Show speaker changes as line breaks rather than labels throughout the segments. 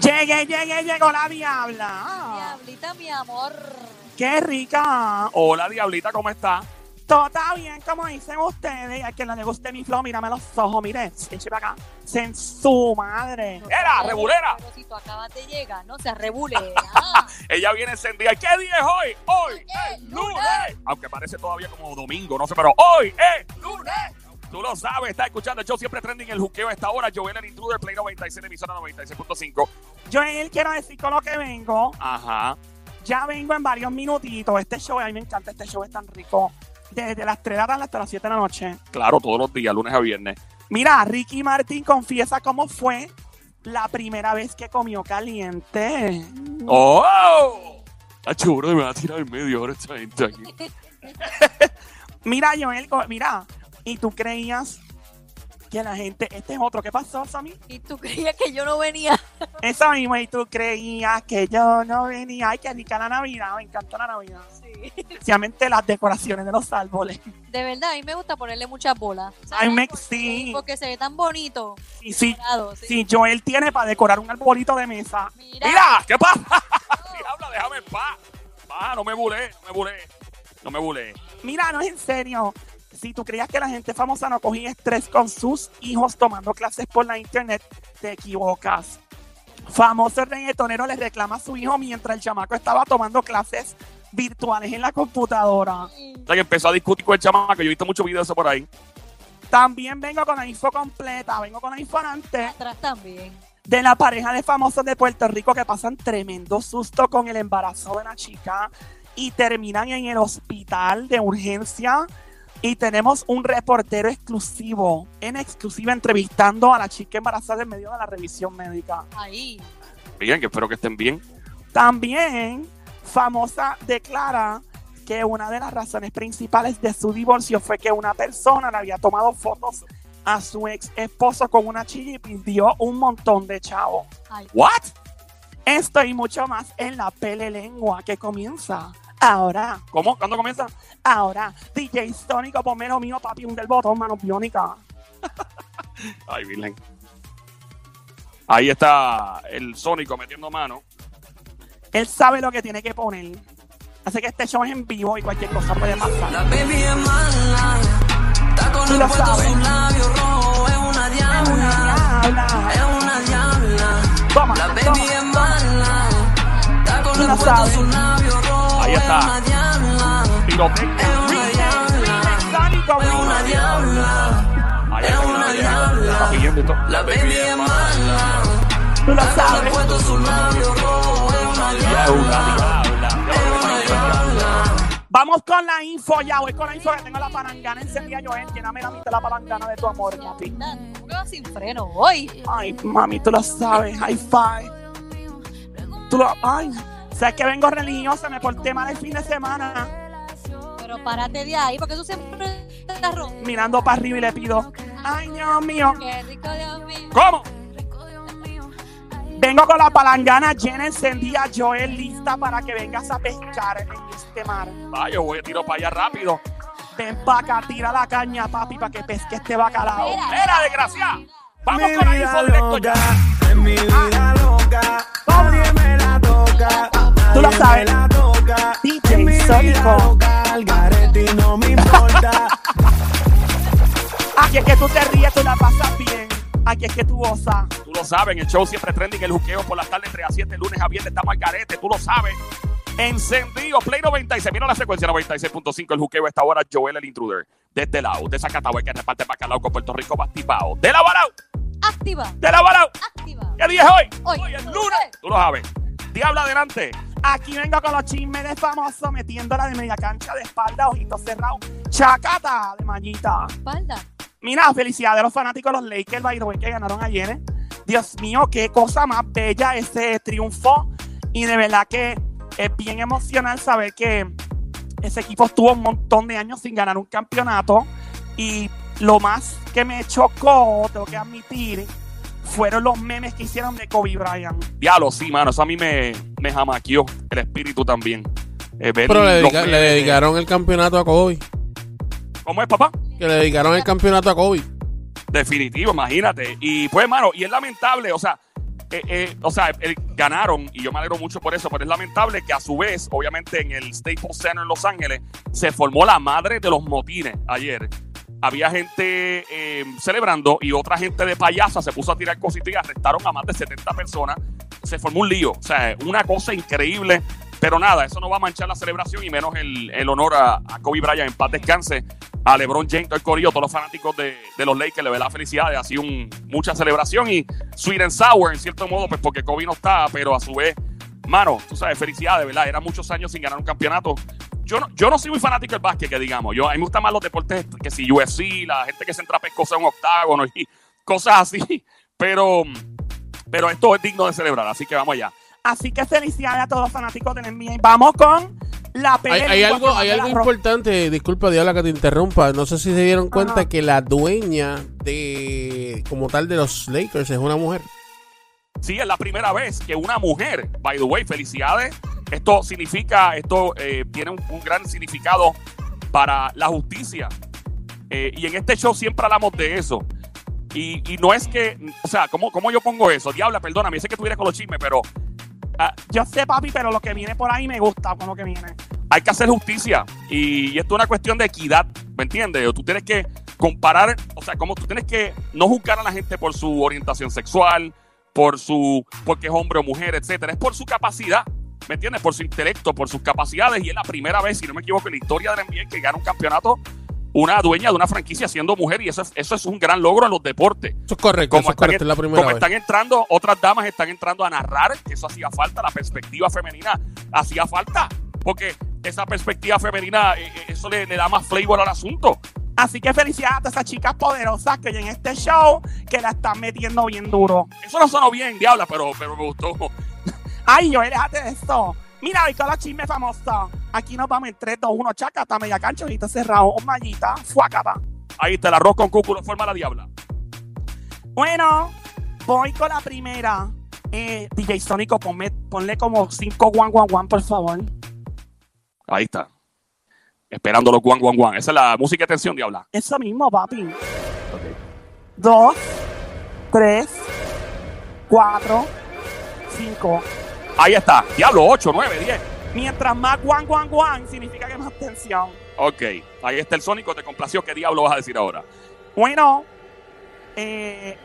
Llegué, llegué, llegó la diabla. Ah,
Diablita, mi amor.
¡Qué rica! Hola, diablita, ¿cómo está? Todo está bien, como dicen ustedes. Al que no le guste mi flow, mírame los ojos, mire. Eche para acá. Sen su madre. ¡Era, regulera!
Pero si tú acabas de llegar, no seas rebulera.
Ella viene encendida. ¿Qué día es hoy? Hoy es lunes. Aunque parece todavía como domingo, no sé, pero hoy es lunes. Tú lo sabes, está escuchando el show siempre trending el juqueo a esta hora. Joel el intruder, Play 96, emisora 96.5. Joel, quiero decir con lo que vengo. Ajá. Ya vengo en varios minutitos. Este show, a mí me encanta, este show es tan rico. Desde las 3 de la tarde hasta las 7 de la noche. Claro, todos los días, lunes a viernes. Mira, Ricky Martín confiesa cómo fue la primera vez que comió caliente. ¡Oh! Acho, bro, me va a tirar en medio ahora esta gente aquí. mira, Joel, co- mira, y tú creías que la gente. Este es otro. ¿Qué pasó, Sammy?
y tú creías que yo no venía.
Eso mismo, y tú creías que yo no venía. Ay, qué rica la Navidad, me encanta la Navidad.
Sí.
Especialmente las decoraciones de los árboles.
De verdad, a mí me gusta ponerle muchas bolas.
Ay, me
¿Por qué?
sí.
Porque se ve tan bonito.
Y si,
dorado, sí.
si Joel tiene para decorar un arbolito de mesa.
Mira.
¡Mira! ¿Qué pasa? Diabla, déjame en paz. Pa, no me bulé, no me bulé. No me bulé. Mira, no es en serio. Si tú creías que la gente famosa no cogía estrés con sus hijos tomando clases por la internet, te equivocas. Famoso reggaetonero le reclama a su hijo mientras el chamaco estaba tomando clases virtuales en la computadora.
Y-
O sea, que empezó a discutir con el chamaco. Yo he visto muchos videos de eso por ahí.
También vengo con la info completa, vengo con la info antes.
Atrás también.
de la pareja de famosos de Puerto Rico que pasan tremendo susto con el embarazo de la chica y terminan en el hospital de urgencia. Y tenemos un reportero exclusivo, en exclusiva, entrevistando a la chica embarazada en medio de la revisión médica.
Ahí.
Bien, que espero que estén bien.
También, famosa declara que una de las razones principales de su divorcio fue que una persona le había tomado fotos a su ex esposo con una chilla y pidió un montón de chavos.
Ay.
¿What?
Esto y mucho más en la pele lengua que comienza ahora.
¿Cómo? ¿Cuándo comienza?
Ahora, DJ Sónico, ponme lo mío, papi, un del botón, mano biónica.
Ay, Virgen. Ahí está el Sónico metiendo mano.
Él sabe lo que tiene que poner. Así que este show es en vivo y cualquier cosa puede pasar.
La baby es mala, está con
Tú
el
lo
puesto
sabes.
su labio rojo, es una diabla, es
Habla.
una diabla.
Toma,
La
toma.
baby es mala, está
Tú
con el
lo
puesto
sabes.
su labio rojo,
Ahí
es
está.
una diabla, es
Tiroteca.
una
Remix, remix,
diabla,
Sónico,
es una
remix.
diabla.
Ahí
Es
está.
una
que
diabla.
Está pidiendo y todo.
La baby es mala,
Tú lo
está con el
sabes.
puesto su labio rojo, es una diabla,
Diabla, diabla.
es una diabla.
Vamos con la info ya, voy con la info que tengo la palangana encendida, Joel. Lléname la mitad de la palangana de tu amor, papi.
¿Cómo que vas sin freno hoy?
Ay, mami, tú lo sabes. High five. Tú lo. Ay, sabes que vengo religiosa, me porté mal el fin de semana.
Pero párate de ahí, porque tú siempre estás rompiendo.
Mirando para arriba y le pido. Ay, Dios mío.
Qué rico, Dios mío.
¿Cómo?
Vengo con la palangana llena, encendida. Joel, lista para que vengas a pescar en este mar.
Vaya, yo voy a tiro para allá rápido.
Ven para acá, tira la caña, papi, para que pesque este bacalao.
¡Era, desgraciada! ¡Vamos
mi
con la
vida
info directo
loca,
ya!
En mi vida loca, nadie me la toca.
Tú lo
nadie
sabes.
Me la toca.
DJ
en mi vida
Sónico.
loca, al garete y no me importa.
Aquí es que tú te ríes, tú la pasas bien. Aquí es que tú gozas.
Tú lo sabes, el show siempre trending, el juqueo por las tardes entre las 7 lunes a viernes, estamos al carete, tú lo sabes. Encendido, Play 96, mira la secuencia 96.5, el juqueo a esta hora, Joel el intruder, desde el lado, de Zacatagua, que reparte bacalao con Puerto Rico, bastipao. De la balao,
Activa,
de la balao,
activa.
¿qué día es hoy?
Hoy.
es lunes, tú lo sabes. Diabla adelante,
Aquí vengo con los chismes de famoso, metiéndola de media cancha de espalda, ojitos cerrados. Chacata de mallita.
Espalda.
Mira, felicidades a los fanáticos de los Lakers, by the way, que ganaron ayer. ¿eh? Dios mío, qué cosa más bella ese triunfo. Y de verdad que es bien emocional saber que ese equipo estuvo un montón de años sin ganar un campeonato. Y lo más que me chocó, tengo que admitir, fueron los memes que hicieron de Kobe Bryant.
diablo, sí, mano, eso a mí me, me jamaqueó el espíritu también. Eh, ver
Pero le,
los
dedica- le
memes de-
dedicaron el campeonato a Kobe.
¿Cómo es, papá?
Que le dedicaron el campeonato a Kobe.
Definitivo, imagínate. Y pues, mano, y es lamentable, o sea, eh, eh, o sea, eh, ganaron y yo me alegro mucho por eso, pero es lamentable que a su vez, obviamente en el Staples Center en Los Ángeles, se formó la madre de los motines ayer. Había gente eh, celebrando y otra gente de payasa se puso a tirar cositas y arrestaron a más de 70 personas. Se formó un lío, o sea, una cosa increíble. Pero nada, eso no va a manchar la celebración y menos el, el honor a, a Kobe Bryant en paz descanse, a LeBron James, todo el corillo, todos los fanáticos de, de los Lakers, le ve la felicidad, ha sido un- mucha celebración y sweet and sour en cierto modo, pues porque Kobe no está, pero a su vez, mano, tú sabes, felicidades, ¿verdad? Eran muchos años sin ganar un campeonato. Yo no, yo no soy muy fanático del básquet, que digamos. Yo, a mí me gustan más los deportes que si UFC, la gente que se entrapez cosas en un octágono y cosas así. Pero pero esto es digno de celebrar, así que vamos allá.
Así que felicidades a todos los fanáticos del NBA. Vamos con la
Hay,
pelea.
hay algo, hay algo importante, disculpa Diabla que te interrumpa, no sé si se dieron cuenta que la dueña de como tal de los Lakers es una mujer.
Sí, es la primera vez que una mujer, by the way, felicidades. Esto significa, esto eh, tiene un, un gran significado para la justicia. Eh, y en este show siempre hablamos de eso. Y, y no es que, o sea, ¿cómo, ¿cómo yo pongo eso? Diabla, perdóname, sé que tú vienes con los chismes, pero ah,
Yo sé, papi, pero lo que viene por ahí me gusta con lo que viene.
hay que hacer justicia y, y esto es una cuestión de equidad, ¿me entiendes? Tú tienes que comparar, o sea, como tú tienes que no juzgar a la gente por su orientación sexual, por su porque es hombre o mujer, etcétera, es por su capacidad, ¿me entiendes? Por su intelecto, por sus capacidades y es la primera vez, si no me equivoco, en la historia del NBA que gana un campeonato una dueña de una franquicia siendo mujer y eso es, eso es un gran logro en los deportes
Eso es correcto, eso
como,
es correcto, es
están,
la primera
como
vez.
están entrando, otras damas están entrando a narrar, que eso hacía falta, la perspectiva femenina hacía falta, porque esa perspectiva femenina, eh, eh, eso le, le da más flavor al asunto.
Así que felicidades a todas esas chicas poderosas que hay en este show que la están metiendo bien duro.
Eso no sonó bien, diabla, pero, pero me gustó.
Ay, yo, déjate de eso. Mira, hoy con los chismes famosos. Aquí nos vamos en 3, 2, 1, chaca, hasta media cancha, ahorita cerrado, un mallita, fuacata.
Ahí está el arroz con cúculo, forma la diabla.
Bueno, voy con la primera. Eh, DJ Sónico, ponme- ponle como 5 one, one, one, por favor.
Ahí está. Esperando los guan, guan, guan. Esa es la música de tensión, diabla.
Eso mismo, papi. Dos, tres, cuatro, cinco.
Ahí está. Diablo, 8, 9, 10.
Mientras más guan, guan, guan, significa que más tensión.
Ok. Ahí está el sónico, te complació. ¿Qué diablo vas a decir ahora?
Bueno, eh,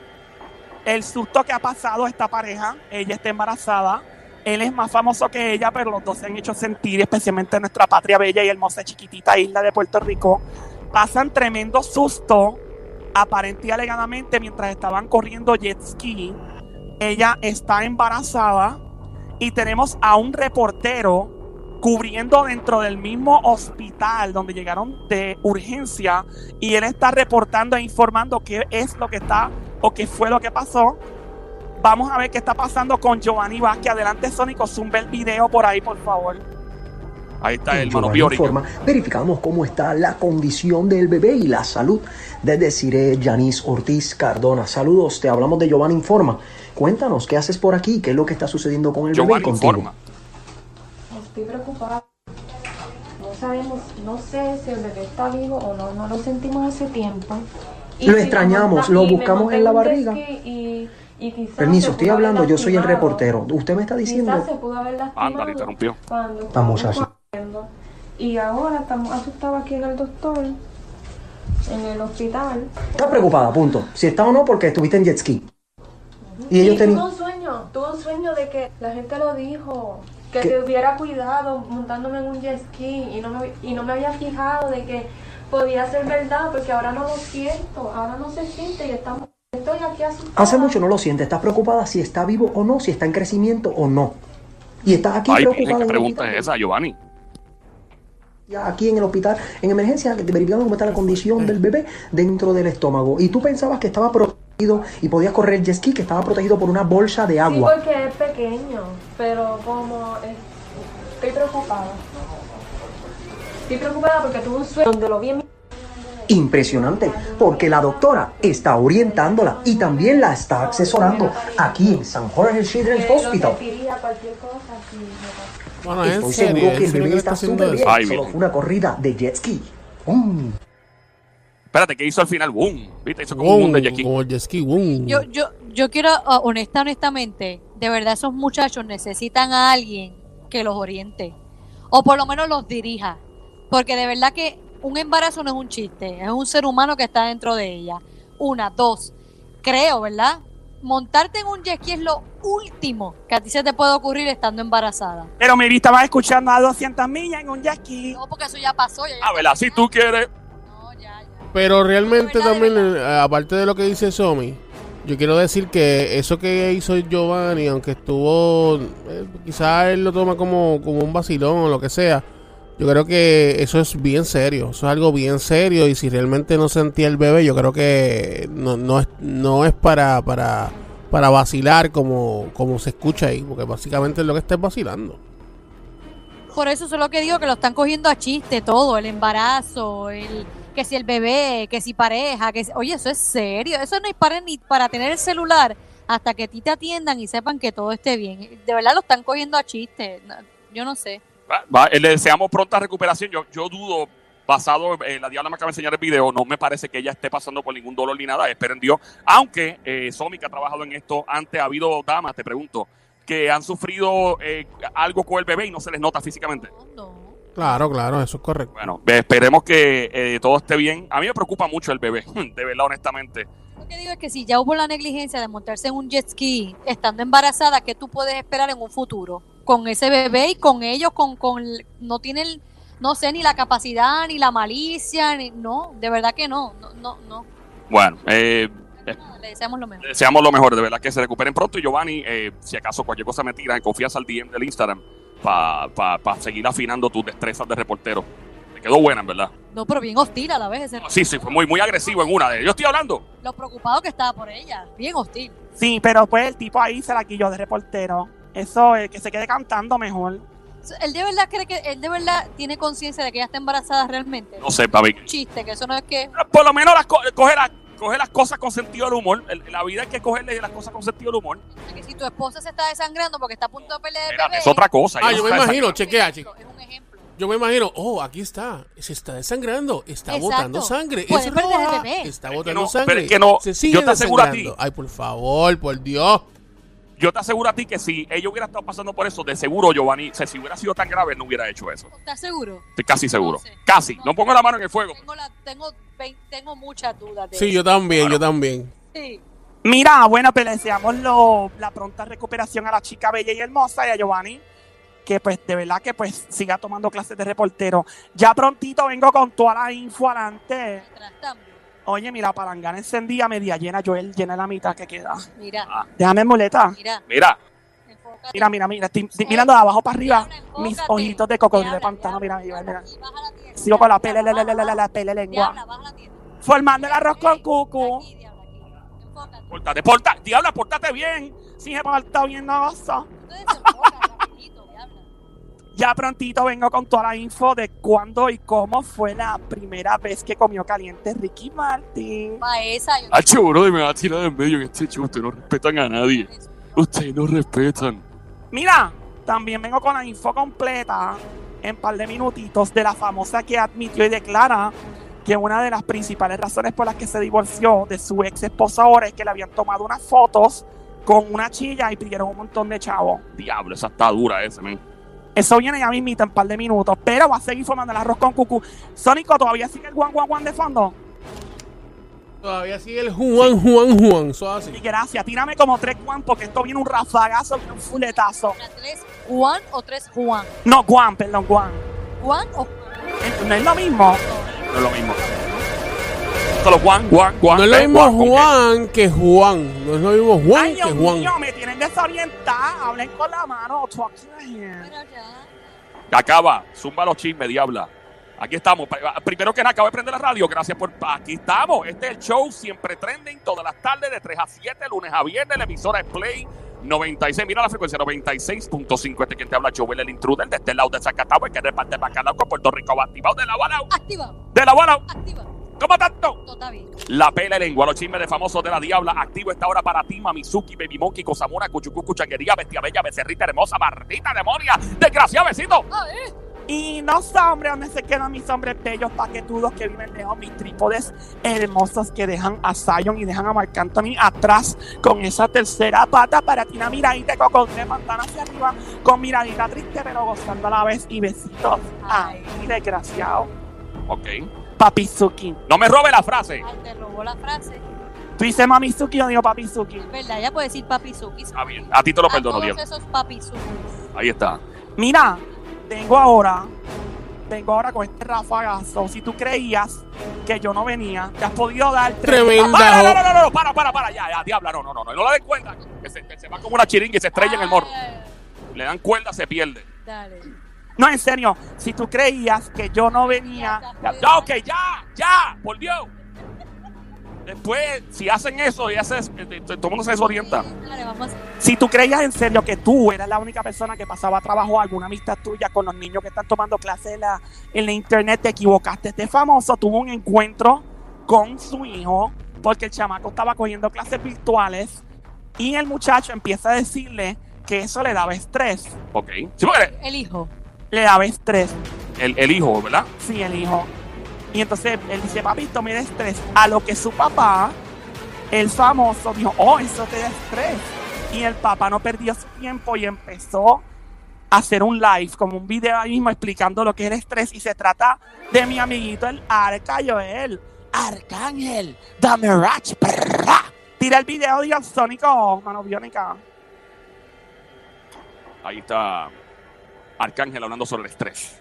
el susto que ha pasado esta pareja, ella está embarazada. Él es más famoso que ella, pero los dos se han hecho sentir, especialmente en nuestra patria bella y hermosa chiquitita isla de Puerto Rico. Pasan tremendo susto, aparente y alegadamente, mientras estaban corriendo jet ski. Ella está embarazada y tenemos a un reportero cubriendo dentro del mismo hospital donde llegaron de urgencia y él está reportando e informando qué es lo que está o qué fue lo que pasó. Vamos a ver qué está pasando con Giovanni Vázquez. Adelante, Sónico, zumba el video por ahí, por favor.
Ahí está el
Giovanni
manopiórico.
informa, verificamos cómo está la condición del bebé y la salud de Desiree Yanis Ortiz Cardona. Saludos, te hablamos de Giovanni Informa. Cuéntanos, ¿qué haces por aquí? ¿Qué es lo que está sucediendo con el bebé y
Giovanni
contigo?
informa.
Estoy preocupada. No sabemos, no sé si el bebé está vivo o no, no lo sentimos hace tiempo.
Lo
si
extrañamos,
está
lo
aquí, me
buscamos en
monté
la
un jet
barriga.
ski Y, y quizás se
Permiso, estoy
pudo haber
hablando, yo soy el
lastimado.
reportero. Usted me está
Quizás
diciendo...
se pudo haber lastimado.
Anda, le interrumpió.
Cuando
Vamos
estábamos
así.
corriendo. Y ahora estamos asustados aquí en el doctor, en el hospital.
Está preocupada, punto. Si está o no, porque estuviste en jet ski. Y ellos
tuvo
tenían...
un sueño, tuvo un sueño de que la gente lo dijo, que
¿Qué?
te hubiera cuidado montándome en un jet ski y no me, y no me había fijado de que podía ser verdad porque ahora no lo siento, ahora no se siente y estamos, estoy aquí asustada.
Hace mucho no lo siente, estás preocupada si está vivo o no, si está en crecimiento o no. Y estás aquí
Ay,
preocupada.
miren, ¿qué
en el
pregunta
hospital.
es esa, Giovanni?
Ya aquí en el hospital, en emergencia, que te verificamos cómo está la condición del bebé dentro del estómago. Y tú pensabas que estaba protegido y podías correr jet ski, que estaba protegido por una bolsa de
Sí,
agua.
porque es pequeño, pero como es- estoy preocupada. Estoy preocupada porque tuve un sueño donde lo vi en mi-
Impresionante, porque la doctora está orientándola y también la está asesorando aquí en San Jorge Children's
que lo
Hospital.
sentiría cualquier cosa si me pasaba.
Bueno, es en
Estoy seguro
serio,
que
¿en
el
serio
bebé
que está
está
haciendo
súper
eso?
bien.
Ay,
Solo
bien.
fue una corrida de jet ski. Mm.
Espérate, ¿qué hizo al final? ¡Boom! ¿Viste? Hizo como un
Boom,
boom de Jackie.
Como el jet ski, boom.
Yo, yo, yo quiero, ah, honesta, honestamente, de verdad esos muchachos necesitan a alguien que los oriente o por lo menos los dirija, porque de verdad que un embarazo no es un chiste, es un ser humano que está dentro de ella. Una, dos, creo, ¿verdad? Montarte en un jet ski es lo último que a ti se te puede ocurrir estando embarazada.
Pero mi estaba escuchando a 200 millas en un jet ski.
No, porque eso ya pasó. Ya, ya
A ver, si tú quieres.
No, ya, ya.
Pero realmente
De verdad, Pues de
también, eh, aparte de lo que dice Somi, yo quiero decir que eso que hizo Giovanni, aunque estuvo, eh, quizás él lo toma como, como un vacilón o lo que sea, yo creo que eso es bien serio, eso es algo bien serio y si realmente no sentía el bebé, yo creo que no, no, es, no es para, para, para vacilar como, como se escucha ahí, porque básicamente es lo que está vacilando.
Por eso, eso es lo que digo, que lo están cogiendo a chiste todo, el embarazo, el que si el bebé, que si pareja, que si- oye, eso es serio, eso no es para, ni para tener el celular hasta que a ti te atiendan y sepan que todo esté bien. De verdad lo están cogiendo a chiste, no- yo no sé.
Va- va, eh, le deseamos pronta recuperación. Yo, yo dudo, basado en la diabla me acaba de enseñar el video, no me parece que ella esté pasando por ningún dolor ni nada. Esperen Dios. Aunque eh, Somi, que ha trabajado en esto antes, ha habido damas, te pregunto, que han sufrido eh, algo con el bebé y no se les nota físicamente.
No.
Claro, claro, eso es correcto.
Bueno, ve- esperemos que eh, todo esté bien. A mí me preocupa mucho el bebé, de verdad, honestamente.
Lo que digo es que si ya hubo la negligencia de montarse en un jet ski estando embarazada, ¿qué tú puedes esperar en un futuro? Con ese bebé y con ellos, con, con no tienen, no sé, ni la capacidad, ni la malicia, ni, no, de verdad que no, no, no, no.
Bueno, eh,
Nada, Le deseamos lo mejor.
deseamos lo mejor, de verdad, que se recuperen pronto. Y Giovanni, eh, si acaso cualquier cosa me tira, en confianza al DM del Instagram para seguir afinando tus destrezas de reportero. Te quedó buena, en verdad.
No, pero bien hostil a la vez. Ese,
Sí, sí, fue muy, muy agresivo en una de ellas. Yo estoy hablando.
Lo preocupado que estaba por ella. Bien hostil.
Sí, pero pues el tipo ahí se la quilló de reportero. Eso es, que se quede cantando mejor.
Él de verdad cree que él de verdad tiene conciencia de que ella está embarazada realmente.
No sé, papi.
Un chiste, que eso no es que.
Por lo menos las co- coge, las, coge las cosas con sentido del humor. El- La vida hay que cogerle las cosas con sentido del humor.
que si tu esposa se está desangrando porque está a punto de pelear. el
Espérate,
bebé,
es otra cosa.
Ah, yo me
Esa- esa-
imagino, chequea,
es
chequea.
un ejemplo.
Yo me imagino, oh, aquí está, se está desangrando, está
Exacto.
botando sangre,
Puede
es
perder el
roja,
bebé.
está
Pero es que
botando
no,
sangre,
pero es que no,
se sigue
yo te aseguro a ti.
desangrando. Ay, por favor, por Dios.
Yo te aseguro a ti que si ella hubiera estado pasando por eso, de seguro, Giovanni, se- si hubiera sido tan grave, él no hubiera hecho eso.
¿Estás seguro?
Estoy casi seguro.
No sé.
Casi.
No
No
sé.
pongo la mano en el fuego.
Tengo, la, tengo, vein- tengo muchas dudas de
Sí,
eso.
yo también, yo también.
Sí.
Mira, bueno, pues le deseamos lo- la pronta recuperación a la chica bella y hermosa y a Giovanni. Que pues de verdad que pues siga tomando clases de reportero. Ya prontito vengo con toda la info adelante.
Atrás también.
Oye, mira, palangana encendida, media llena, Joel, llena la mitad que queda.
Mira,
Ah.
Déjame en muleta.
mira.
Mira,
Enfócate.
Mira, mira, mira, estoy, estoy mirando de abajo para arriba.
Diabla, enfócate.
Mis ojitos de cocodrilo de
Diabla,
pantano, mira,
diabla,
mira, mira.
diabla, y baja la tierra.
Sigo con la pele,
Diabla,
la, la, la, la, la,
baja,
la
baja.
pele lengua.
Diabla, baja la tierra.
Formando el arroz con cucu.
Aquí, diabla, aquí. Enfócate.
pórtate, porta, diabla, pórtate bien.
Si se porta bien, no gozo.
Ustedes se enfocan, rapidito, diabla.
Ya prontito vengo con toda la info de cuándo y cómo fue la primera vez que comió caliente Ricky Martin.
Va esa, yo-
Hacho, bro, me va a tirar en medio en este show. Ustedes no respetan a nadie.
Eso.
Ustedes no respetan.
Mira, también vengo con la info completa en par de minutitos de la famosa que admitió y declara que una de las principales razones por las que se divorció de su ex esposa ahora es que le habían tomado unas fotos con una chilla y pidieron un montón de chavos.
Diablo, esa está dura ese, men.
Eso viene ya mismito en par de minutos, pero va a seguir formando el arroz con cucú. Sónico, ¿todavía sigue el guan guan guan de fondo?
Todavía sigue el Juan, Juan, Juan, eso así.
Y gracias, tírame como tres guan porque esto viene un rafagazo, un fuletazo.
Una, tres, Juan o tres Juan.
No, guan, perdón, guan.
Juan o
No es lo mismo.
No es lo mismo. Solo Juan, Juan, Juan.
No es lo
eh,
mismo
con
Juan que Juan, no es lo mismo
Ay,
Juan que
Dios
Juan.
mío, me tienen desorientada. Hablen con la mano. Talk to the hand.
Pero ya.
que- Acaba, zumba los chismes, diabla. Aquí estamos. Pa- Primero que nada, acabo de prender la radio. Gracias por. Aquí estamos. Este es el show siempre trending todas las tardes de 3 a 7, lunes a viernes. La emisora es Play 96. Mira la frecuencia 96.5. Este quien te habla, Joel, el intruder de este lado de Zacatau, el que reparte bacalao con Puerto Rico. Activado de la bala.
Activa,
De la bala.
activa.
¿Cómo tanto?
Totavi.
La pela de lengua, los chismes de famosos de la diabla. Activo esta hora para ti, Mamizuki, Baby Monkey, Cosamora, Cuchucu, Changuería, Bestia Bella, Becerrita Hermosa, Martita Demonia, Desgraciado Besito.
A ver.
Y no hombres, donde se quedan mis hombres bellos, paquetudos que viven lejos, mis trípodes hermosos que dejan a Zion y dejan a Marc Anthony atrás con esa tercera pata para ti, una miradita con de manzana hacia arriba, con miradita triste pero gozando a la vez y besitos. Ay, desgraciado.
Ok.
Papizuki.
No me robe la frase.
Ay, te robó la frase.
Tú dices mamizuki, yo digo papizuki.
Es verdad, ya puede decir papizuki.
Está bien. A ti te lo
A
perdono,
todos
Diego.
esos papizukis.
Ahí está.
Mira, vengo ahora, vengo ahora con este rafagazo. Si tú creías que yo no venía, te has podido dar tres.
Tremenda
Ah, Para, no,
jo-
no, no, no, para, para, para, ya, ya, diabla, no, no, no, no, no la den cuerda, que se, que se va como una chiringa y se estrella en el morro.
Ah,
Le dan cuerda, se pierde.
Dale.
No, en serio, si tú creías que yo no venía,
Ya,
Ya, ya, ok, ya, ya, por Dios. Después, si hacen eso, y haces, eh, eh, todo el mundo se desorienta.
Sí, Dale, vamos.
si tú creías en serio que tú eras la única persona que pasaba trabajo, alguna amistad tuya con los niños que están tomando clases en la, en la internet, te equivocaste. Este famoso tuvo un encuentro con su hijo porque el chamaco estaba cogiendo clases virtuales y el muchacho empieza a decirle que eso le daba estrés.
Ok. Sí, porque
El hijo.
Le daba estrés.
el, el hijo, ¿verdad?
Sí, el hijo. Y entonces él dice, papito, me da estrés. A lo que su papá, el famoso, dijo, oh, eso te da estrés. Y el papá no perdió su tiempo y empezó a hacer un live, como un video ahí mismo explicando lo que es el estrés. Y se trata de mi amiguito, el Arca Joel. Arcángel, The Mirage, perra. Tira el video, Dios, Sónico, mano biónica.
Ahí está Arcángel hablando sobre el estrés.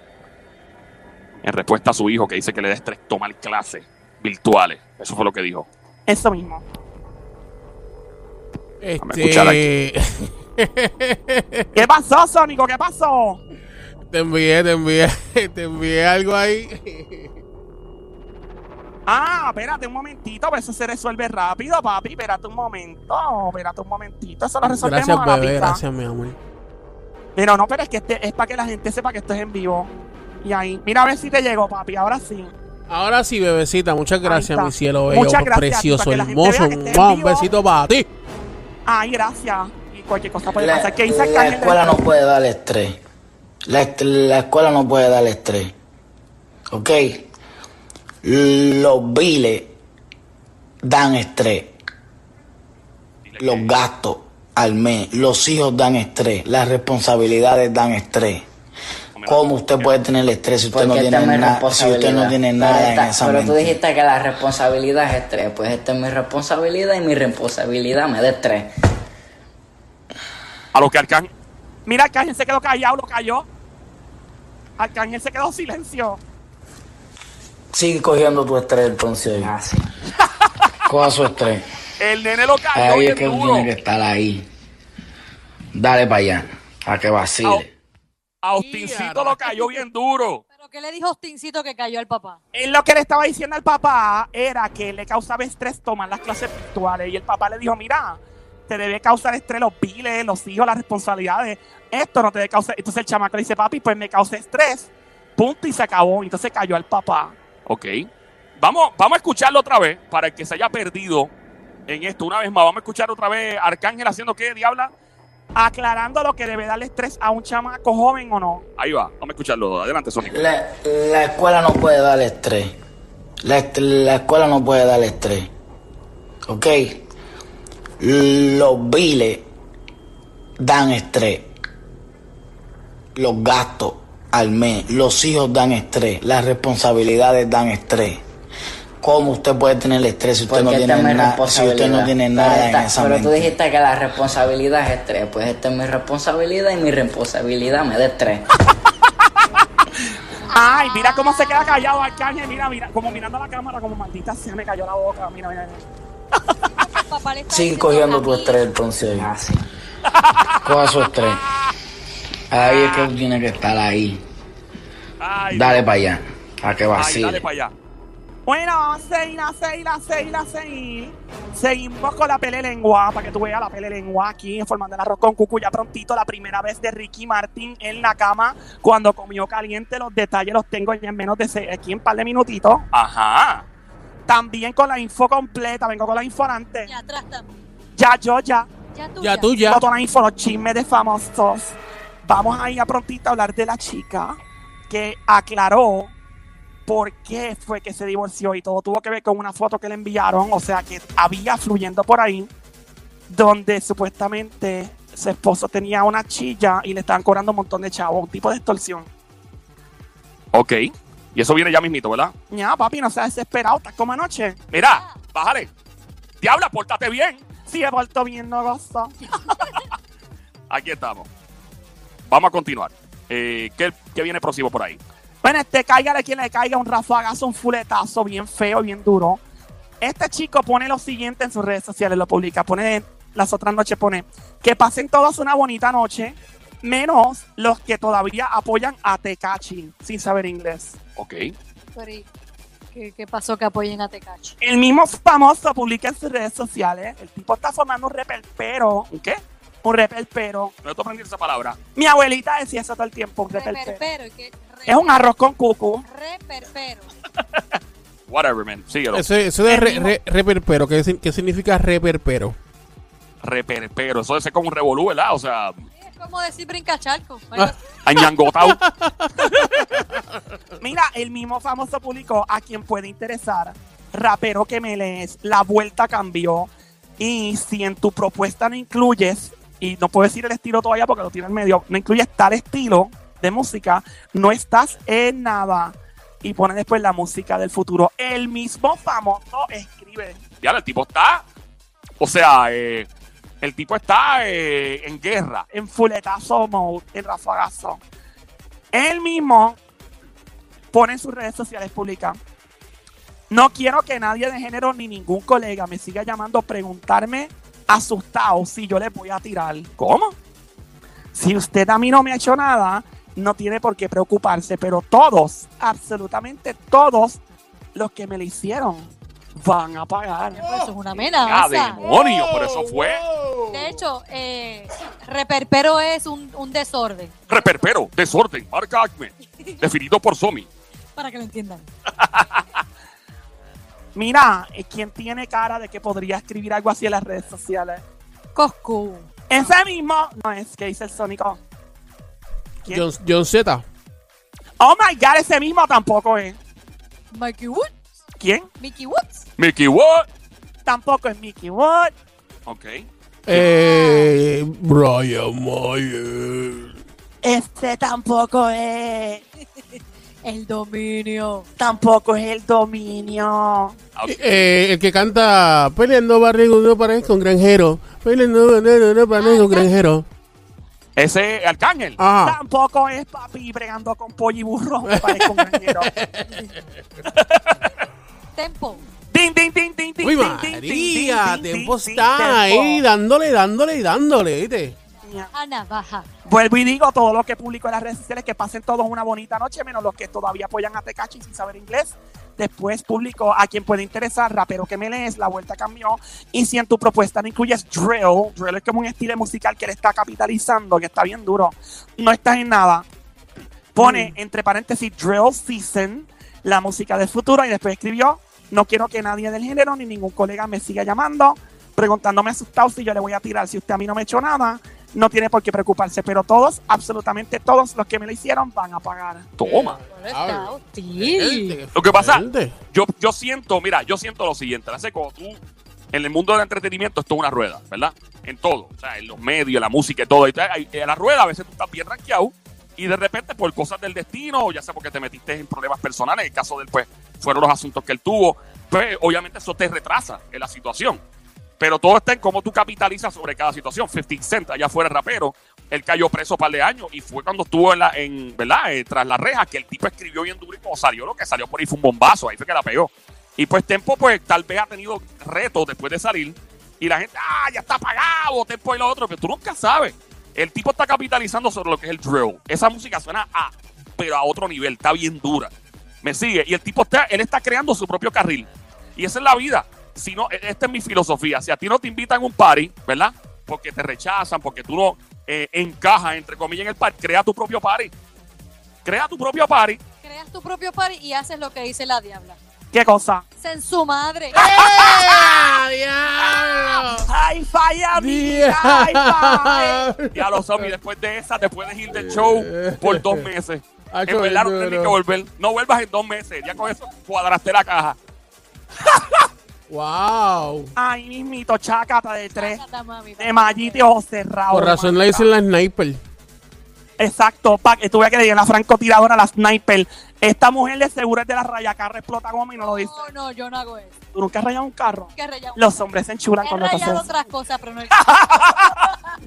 En respuesta a su hijo que dice que le da estrés tomar clases virtuales. Eso fue lo que dijo.
Eso mismo.
escuchar
Este...
¿Qué pasó, Sónico? ¿Qué pasó?
te envié, te envié, te envié algo ahí.
Ah, espérate un momentito, pues eso se resuelve rápido, papi. Espérate un momento, espérate un momentito. Eso lo resolvemos
Gracias,
a la
bebé,
pizza.
gracias, mi amor.
Pero no, pero es que este, es para que la gente sepa que esto es en vivo. Y ahí, mira a ver si te llegó, papi. Ahora sí.
Ahora sí, bebecita, muchas gracias,
está.
mi cielo bello,
Muchas gracias,
precioso,
para que la gente
hermoso.
vea que estés
Mua, Un
vivo.
besito para ti.
Ay, gracias. Y cualquier cosa puede
La,
pasar. ¿Qué dice
la
Arcángel del-
escuela no puede dar estrés. La, est- la escuela no puede dar estrés. ¿Ok? Los biles dan estrés. Los gastos al mes. Los hijos dan estrés. Las responsabilidades dan estrés. ¿Cómo usted puede tener estrés si usted, no
Porque esta
tiene,
es mi
nada si
responsabilidad.
usted no tiene
Pero
nada en
esta-
esa
Pero tú
mente?
dijiste que la responsabilidad es estrés. Pues esta es mi responsabilidad y mi responsabilidad me da estrés.
A lo que Arcángel.
Mira, Arcángel se quedó callado, lo cayó. Arcángel se quedó silencio.
Sigue cogiendo tu estrés entonces.
Así.
Coja su estrés.
El nene lo cayó
Ahí es
bien
que uno
duro.
tiene que estar ahí. Dale para allá, a que vacile.
A Austincito lo cayó bien duro.
¿Pero qué le dijo Ostincito que cayó al papá?
Él Eh, lo que le estaba diciendo al papá era que le causaba estrés tomar las clases virtuales. Y el papá le dijo, mira, te debe causar estrés los biles, los hijos, las responsabilidades. Esto no te debe causar. Entonces el chamaco le dice, papi, pues me causa estrés. Punto y se acabó. Entonces cayó al papá.
Ok. Vamos, vamos a escucharlo otra vez para el que se haya perdido en esto. Una vez más, vamos a escuchar otra vez Arcángel haciendo qué, diabla.
Aclarando lo que debe darle estrés a un chamaco joven o no.
Ahí va, vamos a escucharlo. Adelante, Sonic.
La, la escuela no puede dar estrés. La, est- la escuela no puede dar estrés. ¿Ok? Los biles dan estrés. Los gastos al mes. Los hijos dan estrés. Las responsabilidades dan estrés. ¿Cómo usted puede tener estrés si usted,
Porque
no
esta
tiene,
es mi
nada si
responsabilidad.
usted no tiene
Pero
nada
esta-
en esa
Pero tú
mente?
dijiste que la responsabilidad es estrés. Pues esta es mi responsabilidad y mi responsabilidad me da estrés.
Ay, mira cómo se queda callado Arcángel. Mira, mira, como mirando a la cámara, como maldita sea, me cayó la boca. Mira, mira, mira.
El papá le está
Sigue
diciendo
cogiendo
a
tu
mí,
estrés entonces.
Así.
Coja su estrés. Ahí es que uno tiene que estar ahí.
Ay,
Dale para allá, a que
ay, dale
vacile.
para allá.
Bueno, vamos a seguir, a seguir, a seguir, a seguir. Seguimos con la pele lengua, para que tú veas la pele lengua aquí en Formando el Arroz con Cucu. Ya prontito, la primera vez de Ricky Martín en la cama cuando comió caliente. Los detalles los tengo ya en menos de seis, aquí en un par de minutitos.
Ajá.
También con la info completa, vengo con la info antes.
Ya atrás también.
Ya, yo, ya.
Ya tú.
Ya tú ya.
Tengo toda la info, los chismes de famosos. Vamos a ir a prontito a hablar de la chica que aclaró por qué fue que se divorció y todo tuvo que ver con una foto que le enviaron, o sea que había fluyendo por ahí, donde supuestamente su esposo tenía una chilla y le estaban cobrando un montón de chavos, un tipo de extorsión.
Ok. Y eso viene ya mismito, ¿verdad?
Ya, papi, no seas desesperado, estás como anoche.
Mira, bájale. Diabla, pórtate bien.
Si he vuelto bien, no gozo.
Aquí estamos. Vamos a continuar. Eh, ¿qué, qué viene próximo por ahí?
Bueno, este cáigale quien le caiga un rafagazo, un fuletazo bien feo, bien duro. Este chico pone lo siguiente en sus redes sociales, lo publica. Pone las otras noches, pone que pasen todos una bonita noche, menos los que todavía apoyan a Tecachi sin saber inglés.
Ok.
Pero, ¿y ¿Qué, qué pasó que apoyen a Tecachi?
El mismo famoso publica en sus redes sociales. El tipo está formando un reperpero.
¿Un qué?
Un reperpero.
No te aprendí esa palabra.
Mi abuelita decía eso todo el tiempo, un reperpero.
Reperpero. ¿y qué? Re-
Es un arroz con cucu.
Reperpero.
Whatever, man. Síguelo.
Eso, eso de
El
re-
mismo.
re- reperpero, ¿qué, sin- qué significa reperpero?
Reperpero. Eso es como un revolú, ¿verdad? O sea,
Sí, Es como decir brincachalco.
añangotao.
Mira, el mismo famoso público a quien puede interesar. Rapero que me lees, la vuelta cambió. Y si en tu propuesta no incluyes, y no puedo decir el estilo todavía porque lo tiene en medio, no incluyes tal estilo de música, no estás en nada. Y pone después la música del futuro. El mismo famoso escribe.
Diabla, el tipo está. O sea, eh, el tipo está eh, en guerra.
en fuletazo mode, en rafagazo. Él mismo pone en sus redes sociales, publica. No quiero que nadie de género ni ningún colega me siga llamando a preguntarme asustado si yo le voy a tirar. ¿Cómo? Si usted a mí no me ha hecho nada, no tiene por qué preocuparse, pero todos, absolutamente todos los que me le hicieron van a pagar.
Pues eso es una
¡Ah,
amenaza.
demonio! Pero
Oh.
eso fue
De hecho, eh, reperpero es un, un desorden,
reperpero, desorden, marca Acme, definido por Somi.
para que lo entiendan.
Mira, eh, ¿quién tiene cara de que podría escribir algo así en las redes sociales?
Coscu.
Ese mismo no es que dice el Sónico. ¿Quién?
John, John Z.
Oh my god, ese mismo tampoco es.
Mikey Woods.
¿Quién?
Mickey Woods.
Mickey What?
Tampoco es Mickey Wood.
Ok.
Eh, Brian Mayer.
Este tampoco es.
El dominio.
Tampoco es el dominio.
Eh, el que canta peleando barrigo no parezco un granjero. Peleando barrigo no parezco
Ah,
un granjero.
Ese es Arcángel.
Ah,
Tampoco es papi bregando con pollo y burro. Me parece un granjero.
Tempo.
Din, din, din, din, din,
uy,
din, din, din,
María,
din, din,
tiempo
din,
está
Tempo.
ahí dándole, dándole y dándole, ¿viste?
Ana Baja.
Vuelvo y digo todo lo que publico en las redes sociales, que pasen todos una bonita noche, menos los que todavía apoyan a Tecachi sin saber inglés. Después publico a quien puede interesar, rapero que me lees, la vuelta cambió. Y si en tu propuesta no incluyes drill, drill es como un estilo musical que le está capitalizando, que está bien duro, no estás en nada. Pone entre paréntesis drill season, la música del futuro, y después escribió, no quiero que nadie del género ni ningún colega me siga llamando, preguntándome asustado si yo le voy a tirar, si usted a mí no me echó nada no tiene por qué preocuparse, pero todos, absolutamente todos los que me lo hicieron van a pagar.
Toma.
Bueno, está
Diablo.
hostil.
Gente,
Lo que pasa-
gente.
Yo, yo siento, mira, yo siento lo siguiente. La sé como tú, en el mundo del entretenimiento, esto es una rueda, ¿verdad? En todo. O sea, en los medios, en la música y todo. Y tal, hay- en la rueda a veces tú estás bien rankeado y de repente por cosas del destino, o ya sea porque te metiste en problemas personales, en el caso del pues, fueron los asuntos que él tuvo, pues obviamente eso te retrasa en la situación. Pero todo está en cómo tú capitalizas sobre cada situación. 50 Cent, allá fuera rapero, él cayó preso un par de años y fue cuando estuvo en, la, en ¿verdad? Eh, tras las rejas que el tipo escribió bien duro y como salió, lo que salió por ahí fue un bombazo, ahí fue que la pegó. Y pues Tempo, pues tal vez ha tenido retos después de salir y la gente, ah, ya está pagado, Tempo y lo otro, pero tú nunca sabes. El tipo está capitalizando sobre lo que es el drill. Esa música suena a, pero a otro nivel, está bien dura. Me sigue. Y el tipo está, él está creando su propio carril. Y esa es la vida. Si no, e- esta es mi filosofía. Si a ti no te invitan a un party, ¿verdad? Porque te rechazan, porque tú no eh, encajas, entre comillas, en el party, crea tu propio party. Crea tu propio party.
Creas tu propio par y haces lo que dice la diabla.
¿Qué cosa?
Sen su madre.
¡Ay, falla, amiga! ¡Ay, falla!
Diablo.
Ya lo sabes. Y después de esa, te puedes ir del show por dos meses. En verdad no tenés que volver. No vuelvas en dos meses. Ya con eso cuadraste la caja.
¡Wow!
Ay, mismito, chácata de tres.
Sácata, mami,
De Mallita y Ojo Cerrado.
Por razón la
mamita.
dicen la sniper.
Exacto, pa, que tuve que le digan la francotiradora, la sniper. Esta mujer de seguro es de la rayacarra, explota goma y no lo dice.
No, no, yo no hago eso.
¿Tú nunca has rayado un carro?
Nunca he rayado.
Los hombres se enchulan
He
cuando te hacen
rayado
eso.
otras cosas, pero no el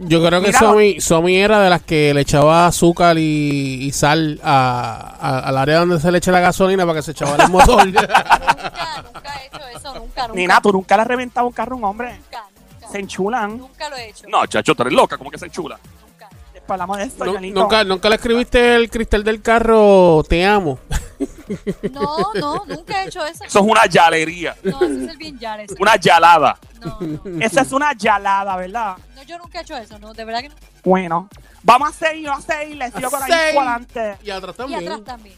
Yo creo que
Mira,
Somi, Somi era de las que le echaba azúcar y, y sal a- a- al área donde se le echa la gasolina para que se echaba el motor.
Nunca, nunca he hecho eso, nunca, nunca.
Nina, tú nunca le has reventado un carro a un hombre.
Nunca, nunca.
Se enchulan.
Nunca lo he hecho.
No, chacho, tú eres loca. ¿Cómo que se enchula?
Nunca.
Después hablamos de esto,
Nu-
Janito.
nunca, nunca le escribiste el cristal del carro, te amo.
No, no, nunca he hecho eso.
Eso es una yalería.
No, ese es el bien yar, ese.
Una yalada.
No, no.
Esa es una yalada, ¿verdad?
No, yo nunca he hecho eso, no, de verdad que no.
Bueno, vamos a seguir, vamos a seguir. Les sigo con la
Seis.
info adelante.
Y atrás
Y
también.
atrás también.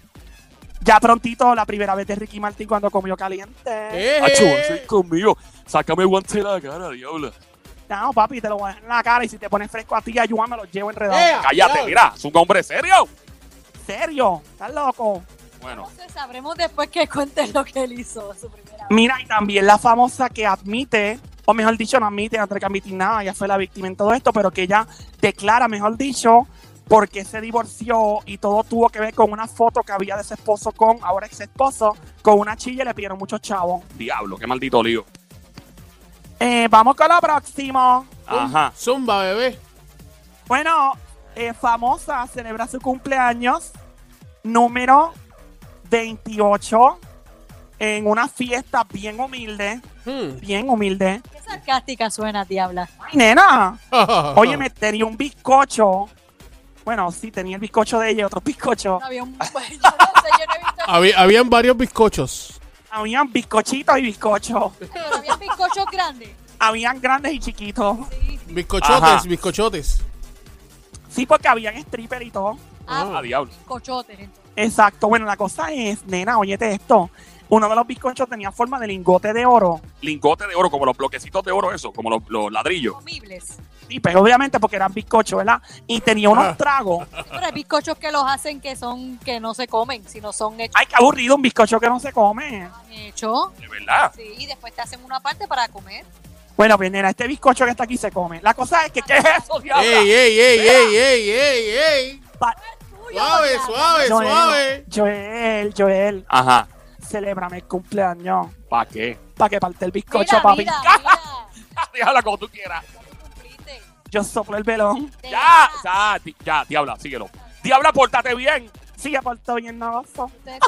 Ya prontito, la primera vez de Ricky Martin cuando comió caliente.
¡Eh!
Acho, ven conmigo. Sácame el guante de la cara, diablo.
No, papi, te lo voy a dejar en la cara y si te pones fresco a ti, yo me lo llevo enredado.
¡Ea!
Cállate,
Diablo.
mira. Es un hombre serio.
¿En serio? ¿Estás loco?
Bueno,
Entonces sabremos después que cuentes lo que él hizo su primera vez.
Mira, y también la famosa que admite, o mejor dicho, no admite, no tiene que admitir nada, ella fue la víctima en todo esto, pero que ella declara, mejor dicho, porque se divorció y todo tuvo que ver con una foto que había de su esposo con, ahora ex esposo, con una chilla y le pidieron muchos chavos.
diablo, qué maldito lío.
Eh, vamos con lo próximo.
Ajá.
Zumba, bebé.
Bueno, eh, famosa celebra su cumpleaños número 28 en una fiesta bien humilde,
Hmm.
bien humilde.
Qué sarcástica suena, diabla.
¡Ay, nena! Oye, me tenía un bizcocho. Bueno, sí, tenía el bizcocho de ella, y otro bizcocho.
No había un. Yo no sé, yo no he visto.
Había- habían varios bizcochos.
Habían bizcochitos y bizcochos.
Pero había bizcochos grandes.
Habían grandes y chiquitos.
Sí.
Bizcochotes,
Ajá.
bizcochotes.
Sí, porque habían stripper y todo.
Ah,
Ah,
diablo.
bizcochotes, entonces.
Exacto. Bueno, la cosa es, nena, óyete esto. Uno de los bizcochos tenía forma de lingote de oro.
Lingote de oro, como los bloquecitos de oro, eso, como los, los ladrillos.
Comibles.
Sí, pero pues, obviamente porque eran bizcochos, ¿verdad? Y tenía unos tragos.
Pero hay bizcochos que los hacen que son que no se comen, sino son hechos.
Ay, qué aburrido un bizcocho que no se come.
hechos.
De verdad.
Sí, y después te hacen una parte para comer.
Bueno, pues nena, este bizcocho que está aquí se come. La cosa es que, ¿qué es eso, diabla?
¡Ey, ey, ey, ey, ey, ey, ey!
Pa-
Suave, suave, suave.
Joel, Joel, Joel,
Ajá.
celébrame el cumpleaños.
¿Para qué?
para que parte el bizcocho,
Mira,
papi.
mira, mira.
Déjala como tú quieras.
Ya lo cumpliste.
Yo soplo el velón.
De
Ya,
nada.
ya, di- ya, diabla, síguelo. Diabla, pórtate bien.
Sigue por todo bien navazo.
Ustedes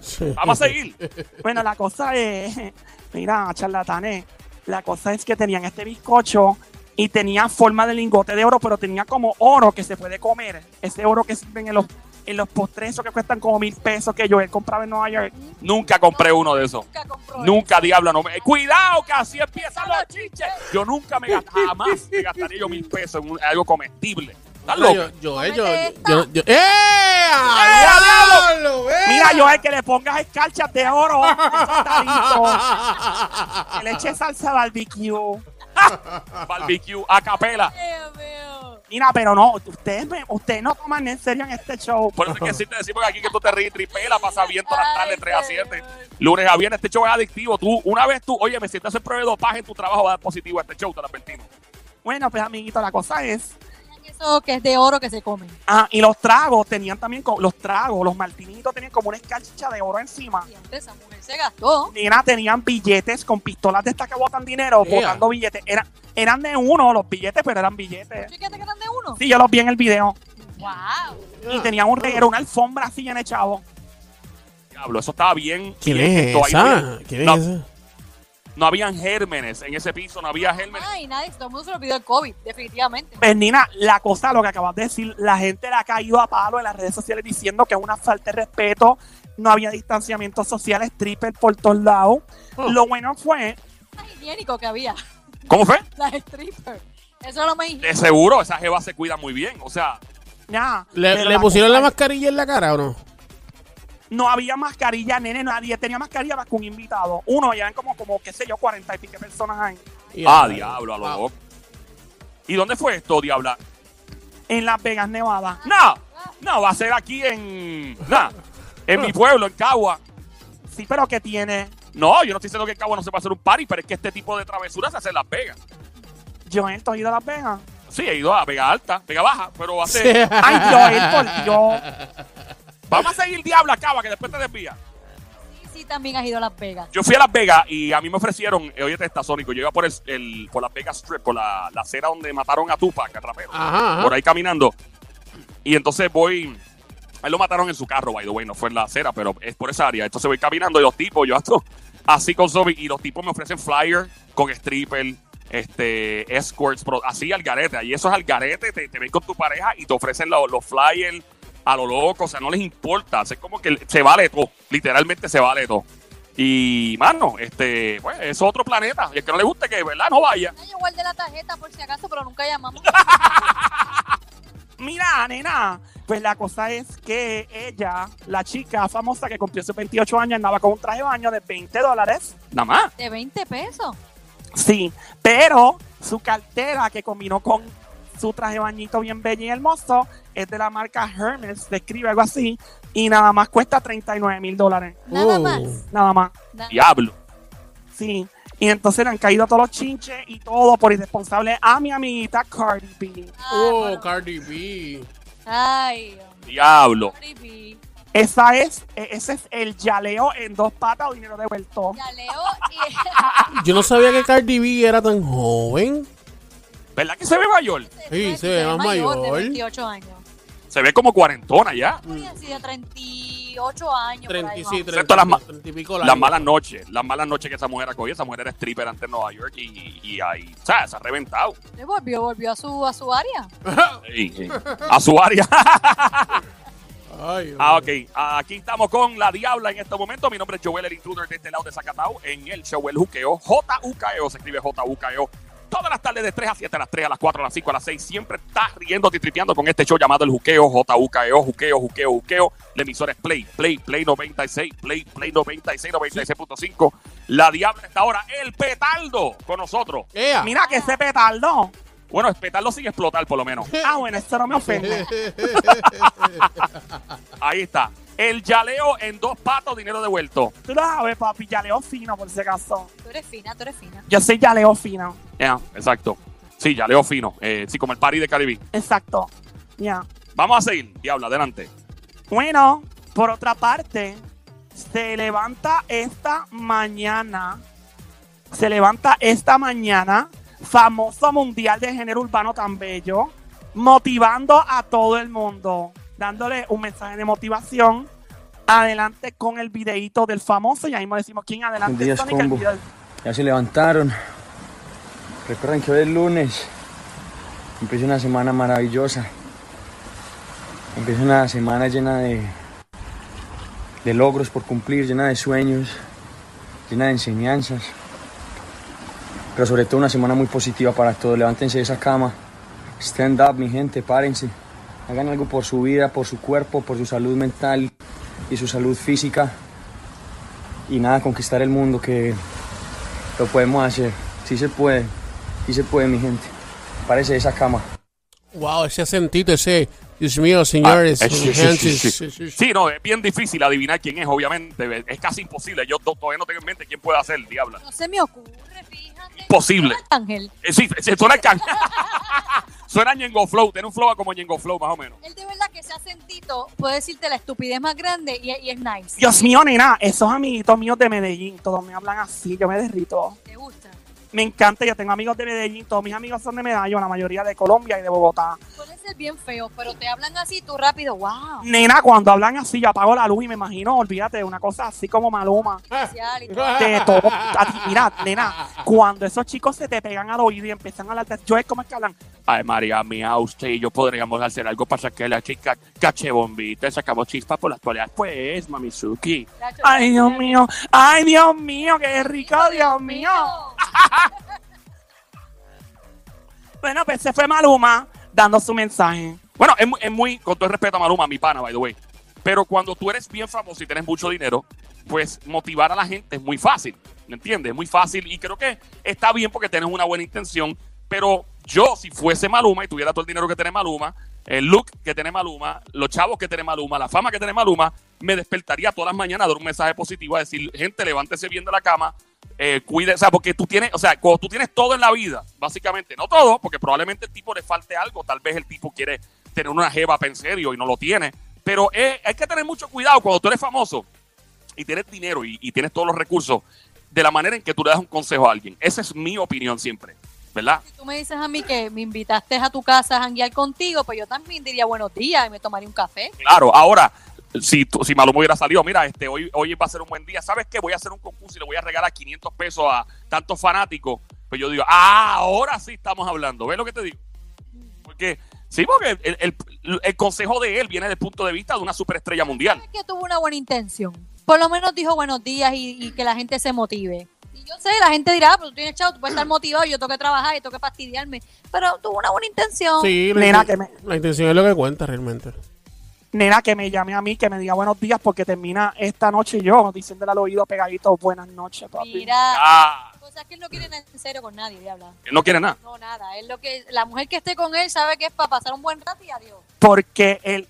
se enfocan.
Vamos a seguir.
Bueno, la cosa es, mira, charlatanes, la cosa es que tenían este bizcocho y tenía forma de lingote de oro, pero tenía como oro que se puede comer. Ese oro que sirven en los, en los postres esos que cuestan como mil pesos que yo él compraba en Nueva York.
Nunca compré uno de esos.
Nunca compró
Nunca, diabla, no me. Cuidado, que así empiezan los chiches. Yo nunca me gast- jamás me gastaría yo mil pesos en un- algo comestible. ¿Estás
Yo,
loco?
yo, yo,
Cómete
yo,
esta.
yo, yo- ¡Eh! ¡A diablo, eh!
Mira, yo que le pongas escarchas de oro, esos taritos, que le eche salsa barbecue.
Barbecue a capela.
Dios mío.
Mira, pero no, ustedes, me- ustedes no toman en serio en este show.
Por eso es que sí te decimos aquí que tú te ríes tripela, pasa bien todas las
Ay,
tardes, 3 a
señor.
7. Lunes a viernes, este show es adictivo. Tú, una vez tú, oye, me sientas hacer prueba de dopaje en tu trabajo, va a dar positivo a este show, te lo advertimos.
Bueno, pues amiguito, la cosa es.
Eso que es de oro que se come.
Ah, y los tragos tenían también, co- los tragos, los martinitos tenían como una escarcha de oro encima.
Siempre esa mujer se gastó.
Nena, tenían billetes con pistolas de estas que botan dinero,
Ea.
botando billetes. Era- eran de uno los billetes, pero eran billetes.
Fíjate que eran de uno.
Sí, yo los vi en el video.
Wow.
Y tenían un reguero, una alfombra así llena de chavo.
Diablo, eso estaba bien.
¿Quién
bien
es
esto, ahí no
esa?
había-
¿Quién
no,
es esa?
no habían gérmenes en ese piso, no había gérmenes.
Ay, nadie, todo el mundo se lo pidió el COVID, definitivamente.
Pues, nena, la cosa, lo que acabas de decir, la gente le ha caído a palo en las redes sociales diciendo que es una falta de respeto, no había distanciamiento social, stripper por todos lados.
Oh.
Lo bueno fue
Más higiénico que había,
¿Cómo fue?
las strippers. Eso es lo más higiénico.
De seguro, esa jeva se cuida muy bien. O sea,
Ya.
¿Le,
Pero
le pusieron la
cosa-
mascarilla en la cara o no?
No había mascarilla, nene, nadie tenía mascarilla más que un invitado. Uno, llevan como, como, qué sé yo, cuarenta y pico personas ahí.
ah, diablo, a lo
Wow.
loco. ¿Y dónde fue esto, diabla?
En Las Vegas, Nevada.
¡No! No, va a ser aquí en. Nah, en mi pueblo, en Cagua.
Sí, pero ¿qué tiene?
No, yo no estoy diciendo que en Cagua no se va a hacer un party, pero es que este tipo de travesuras se hace en Las Vegas.
Joel, ¿tú has ido a Las Vegas?
Sí, he ido a Vega Alta, Vega Baja, pero va a ser.
Ay, Joel, por Dios.
Vamos a seguir diablo a Cava, que después te desvía.
Sí, sí, también has ido a Las Vegas.
Yo fui a Las Vegas y a mí me ofrecieron, eh, oye, está Sónico, yo iba por, el, el- por Las Vegas Strip, por la, la acera donde mataron a Tupac, a Rapero,
Ajá, ajá.
por ahí caminando. Y entonces voy, a él lo mataron en su carro, by the way, no fue en la acera, pero es por esa área. Entonces voy caminando y los tipos, yo hasta así con zombie, y los tipos me ofrecen flyer con stripper, este, escorts, pero así al garete. Ahí eso es al garete, te, te ven con tu pareja y te ofrecen los, los flyers a lo loco, o sea, no les importa. Es como que se vale todo, literalmente se vale todo. Y, mano, este, pues, es otro planeta. Y el que no le guste, que, ¿verdad? No vaya.
Yo guardé la tarjeta por si acaso, pero nunca llamamos.
Mira, nena, pues la cosa es que ella, la chica famosa que cumplió sus 28 años, andaba con un traje de baño de 20 dólares.
Nada más.
De 20 pesos.
Sí, pero su cartera que combinó con su traje de bañito bien bello y hermoso es de la marca Hermes, describe algo así, y nada más cuesta 39 mil dólares.
Nada
Oh.
más.
Nada más.
Nada-
Diablo.
Sí. Y entonces le han caído todos los chinches y todo por irresponsable a mi amiguita Cardi B.
Ah,
Oh,
bueno.
Cardi B.
Ay, Dios mío.
Diablo.
Creepy.
Esa es, e- ese es el yaleo en dos patas o dinero devuelto.
Ya leo
Yo no sabía que Cardi B era tan joven.
¿Verdad que se ve mayor?
y...
Sí, se ve más
De
mayor. Mm.
28 años.
Se ve como cuarentona ya.
Oye, así de 38 años. por ahí, más
30, sí,
o menos.
30,
las ma-
30 y pico
Las
largo.
malas noches, las malas noches que esa mujer ha cogido. Esa mujer era stripper antes en Nueva York y, y ahí, o sea, se ha reventado.
Le Volvió, volvió a su, a su área.
Sí, sí. A su área.
Ay, Dios
ah,
mío.
ok. Aquí estamos con la Diabla en este momento. Mi nombre es Joel, el intruder de este lado de Zacatau. En el show El Juqueo, J-U-K-E-O, E se escribe J-U-K-E-O. Todas las tardes de 3 a 7, a las 3, a las 4, a las 5, a las 6. Siempre estás riendo, tripeando con este show llamado El Juqueo, J-U-K-E-O, E Juqueo, Juqueo, Juqueo. La emisora es Play, Play, Play 96, Play, Play 96, 96.5. La Diabla está ahora, el petaldo, con nosotros.
Ea.
Mira que ese petardo.
Bueno, el petardo sin explotar, por lo menos.
Ah, bueno, esto no me ofende.
Ahí está. El yaleo en dos patos, dinero devuelto.
Tú lo sabes, papi, yaleo fino por si acaso.
Tú eres fina, tú eres fina.
Yo soy yaleo fino.
Ya, exacto. Sí, ya leo fino. Eh, sí, como el party de Caribe.
Exacto. Ya.
Vamos a seguir. Diablo, adelante.
Bueno, por otra parte, se levanta esta mañana, se levanta esta mañana, famoso mundial de género urbano tan bello, motivando a todo el mundo, dándole un mensaje de motivación. Adelante con el videíto del famoso, y ahí mismo decimos quién adelante.
Díaz
Sonic, el
Combo.
video del-
Ya se levantaron. Recuerden que hoy es lunes. Empieza una semana maravillosa. Empieza una semana llena de, de logros por cumplir, llena de sueños, llena de enseñanzas. Pero sobre todo una semana muy positiva para todos. Levántense de esa cama. Stand up, mi gente, párense. Hagan algo por su vida, por su cuerpo, por su salud mental y su salud física. Y nada, conquistar el mundo que lo podemos hacer. Sí se puede. Sí se puede, mi gente. Parece esa cama.
Wow, ese acentito, ese. Dios mío, señores.
Ah, eh, sí, sí,
gente,
sí,
sí, sí, sí.
Sí, no, es bien difícil adivinar quién es, obviamente. Es casi imposible. Yo to- todavía no tengo en mente quién puede hacer, Diabla.
No se me ocurre, fíjate.
Imposible.
Ángel.
Eh, sí, sí, suena el can. suena a Ñengo Flow. Tiene un flow como Ñengo Flow, más o menos.
Él de verdad que ese acentito puede decirte la estupidez más grande y, y es nice.
Dios mío, nena, esos amiguitos míos de Medellín, todos me hablan así, yo me derrito.
¿Te gusta?
Me encanta, yo tengo amigos de Medellín, todos mis amigos son de Medellín, la mayoría de Colombia y de Bogotá.
Puede ser bien feo, pero te hablan así tú rápido. ¡Wow!
Nena, cuando hablan así, yo apago la luz y me imagino, olvídate, una cosa así como Maluma.
Especial y todo.
De todo. A ti- mira, nena, cuando esos chicos se te pegan al oído y empiezan a hablar, de- yo es como es que hablan.
Ay, María mía, usted y yo podríamos hacer algo para que la chica cache bombita. Sacamos chispa por las toallas. Pues, Mamizuki.
Chacho,
Ay, Dios
chacho.
mío, ay, Dios mío, qué rico, Dios mío. Bueno, pues se fue Maluma dando su mensaje.
Bueno, es, mu- es muy, con todo el respeto a Maluma, mi pana, by the way. Pero cuando tú eres bien famoso y tienes mucho dinero, pues motivar a la gente es muy fácil. ¿Me entiendes? Es muy fácil y creo que está bien porque tienes una buena intención. Pero yo, si fuese Maluma y tuviera todo el dinero que tiene Maluma, el look que tiene Maluma, los chavos que tiene Maluma, la fama que tiene Maluma, me despertaría todas las mañanas a dar un mensaje positivo, a decir, gente, levántese bien de la cama, eh, cuide, o sea, porque tú tienes, o sea, cuando tú tienes todo en la vida, básicamente, no todo, porque probablemente el tipo le falte algo, tal vez el tipo quiere tener una jeva en serio y no lo tiene, pero eh, hay que tener mucho cuidado cuando tú eres famoso y tienes dinero y, y tienes todos los recursos, de la manera en que tú le das un consejo a alguien. Esa es mi opinión siempre. ¿verdad?
Si tú me dices a mí que me invitaste a tu casa a janguear contigo, pues yo también diría buenos días y me tomaría un café.
Claro, ahora, si, tú- si Maluma hubiera salido, mira, este, hoy, hoy va a ser un buen día, ¿sabes qué? Voy a hacer un concurso y le voy a regalar 500 pesos a tantos fanáticos. Pues yo digo, ah, ahora sí estamos hablando. ¿Ves lo que te digo? Porque, sí, porque el, el- el consejo de él viene del punto de vista de una superestrella mundial.
Sabes que tuvo una buena intención. Por lo menos dijo buenos días y, y que la gente se motive. Y yo sé, la gente dirá, ah, pero tú tienes chavo, tú puedes estar motivado, yo tengo que trabajar y tengo que fastidiarme. Pero tuvo una buena intención.
Sí, la,
Nena,
inten-
que me-
la intención es lo que cuenta realmente.
Nena, que me llame a mí, que me diga buenos días, porque termina esta noche yo diciéndole al oído pegadito buenas noches, papi.
Mira,
Ah,
cosas que él no quiere nada en serio con nadie, diabla.
él no quiere nada.
No, nada. Es lo que la mujer que esté con él sabe que es para pasar un buen rato y adiós.
Porque él,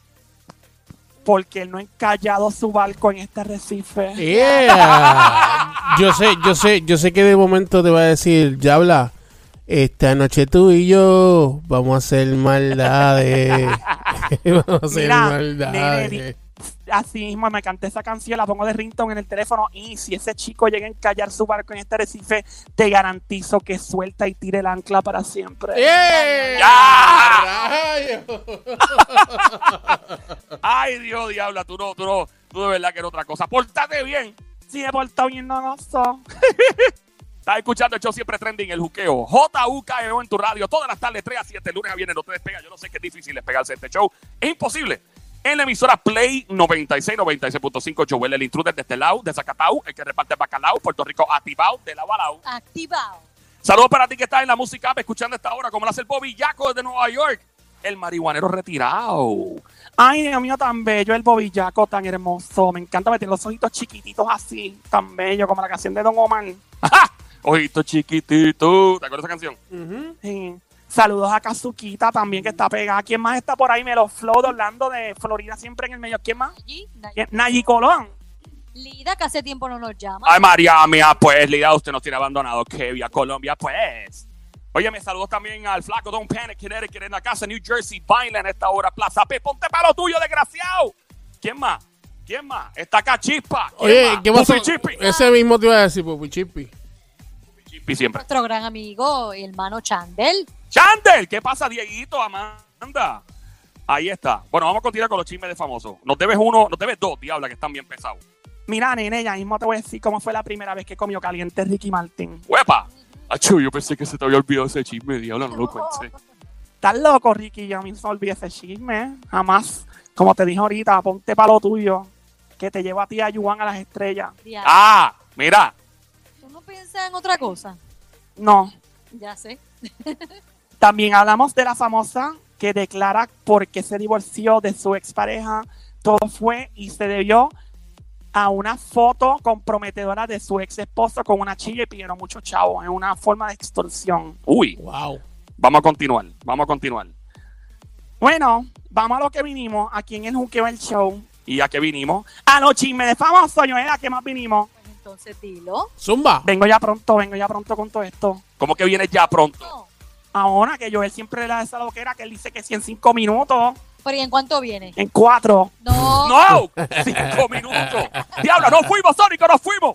porque él no ha encallado su barco en este recife.
Yeah. Yo sé, yo sé, yo sé que de momento te va a decir, ya habla, esta noche tú y yo vamos a hacer maldades. vamos a hacer
Mira,
maldades.
nene, Así mismo me canté esa canción, la pongo de ringtone en el teléfono y si ese chico llega a encallar su barco en este recife, te garantizo que suelta y tire el ancla para siempre.
Eh. Yeah.
Ya.
Rayos.
Ay, Dios, diabla, tú no, tú no, tú de verdad que era otra cosa. Pórtate bien.
Si he portado bien nonoso.
Estás escuchando el show siempre trending, el juqueo. J.U.K.E.O. E en tu radio, todas las tardes, 3 a 7, lunes a viernes, no te despegas. Yo no sé que es difícil despegarse de este show. Es imposible. En la emisora Play 96, 96.5, Joel, el intruder de este lado, de Zacatau, el que reparte bacalao, Puerto Rico, activado, de la balao.
Activado.
Saludos para ti que estás en la música, app, escuchando esta hora, como lo hace el Bobby Yaco desde Nueva York, el marihuanero retirado.
Ay, Dios mío, tan bello el bobillaco, tan hermoso. Me encanta meter los ojitos chiquititos así, tan bello, como la canción de Don Omar.
Ojito chiquitito, ¿te acuerdas de esa canción?
Ujú.
Sí. Saludos a Kazuquita también, que está pegada. ¿Quién más está por ahí? Me los flow de Orlando, de Florida, siempre en el medio. ¿Quién más?
Allí,
¿Quién? Nayi Colón.
Lida, que hace tiempo no nos llama.
Ay, María mía, pues, Lida, usted nos tiene abandonado. Que vía Colombia, pues. Oye, me saludos también al flaco Don Panic, Connecticut, en la casa New Jersey, baila en esta hora, Plaza P. Ponte para lo tuyo, desgraciado. ¿Quién más? ¿Quién más? Está acá Chispa. ¿Quién
Oye,
más?
¿qué pasó?
Pupi Chispi.
Ese mismo te iba a decir, Pupi Chipi.
Chispi siempre.
Nuestro gran amigo, y hermano Chandel.
Chandel, ¿qué pasa, Dieguito, Amanda? Ahí está. Bueno, vamos a continuar con los chismes de famosos. Nos debes uno, nos debes dos, diabla, que están bien pesados.
Mira, nene, ya mismo te voy a decir cómo fue la primera vez que comió caliente Ricky Martin.
¡Huepa! Achu, yo pensé que se te había olvidado ese chisme, diabla, no lo cuentes.
¿Estás loco, Ricky? Yo a mí no olvidé ese chisme. Jamás. Como te dije ahorita, ponte para lo tuyo, que te lleva a ti a Yuan a las estrellas.
Diablo.
Ah, mira,
¿Tú no piensas en otra cosa?
No.
Ya sé.
También hablamos de la famosa que declara por qué se divorció de su expareja. Todo fue y se debió a una foto comprometedora de su ex esposo con una chilla y pidieron mucho chavo. Es una forma de extorsión.
uy.
Wow.
Vamos a continuar, vamos a continuar.
Bueno, vamos a lo que vinimos aquí en el Juqueo del Show.
¿Y a qué vinimos?
A los chismes de famoso, yo era que más vinimos.
Pues entonces dilo.
Zumba.
Vengo ya pronto, vengo ya pronto con todo esto.
¿Cómo que vienes ya pronto?
No.
Ahora que Joel siempre le da esa loquera que él dice que si en cinco minutos,
Pero ¿y en cuánto viene?
en cuatro.
No.
¡No! ¡Cinco minutos! ¡Diablo, no fuimos, Sónico, no fuimos!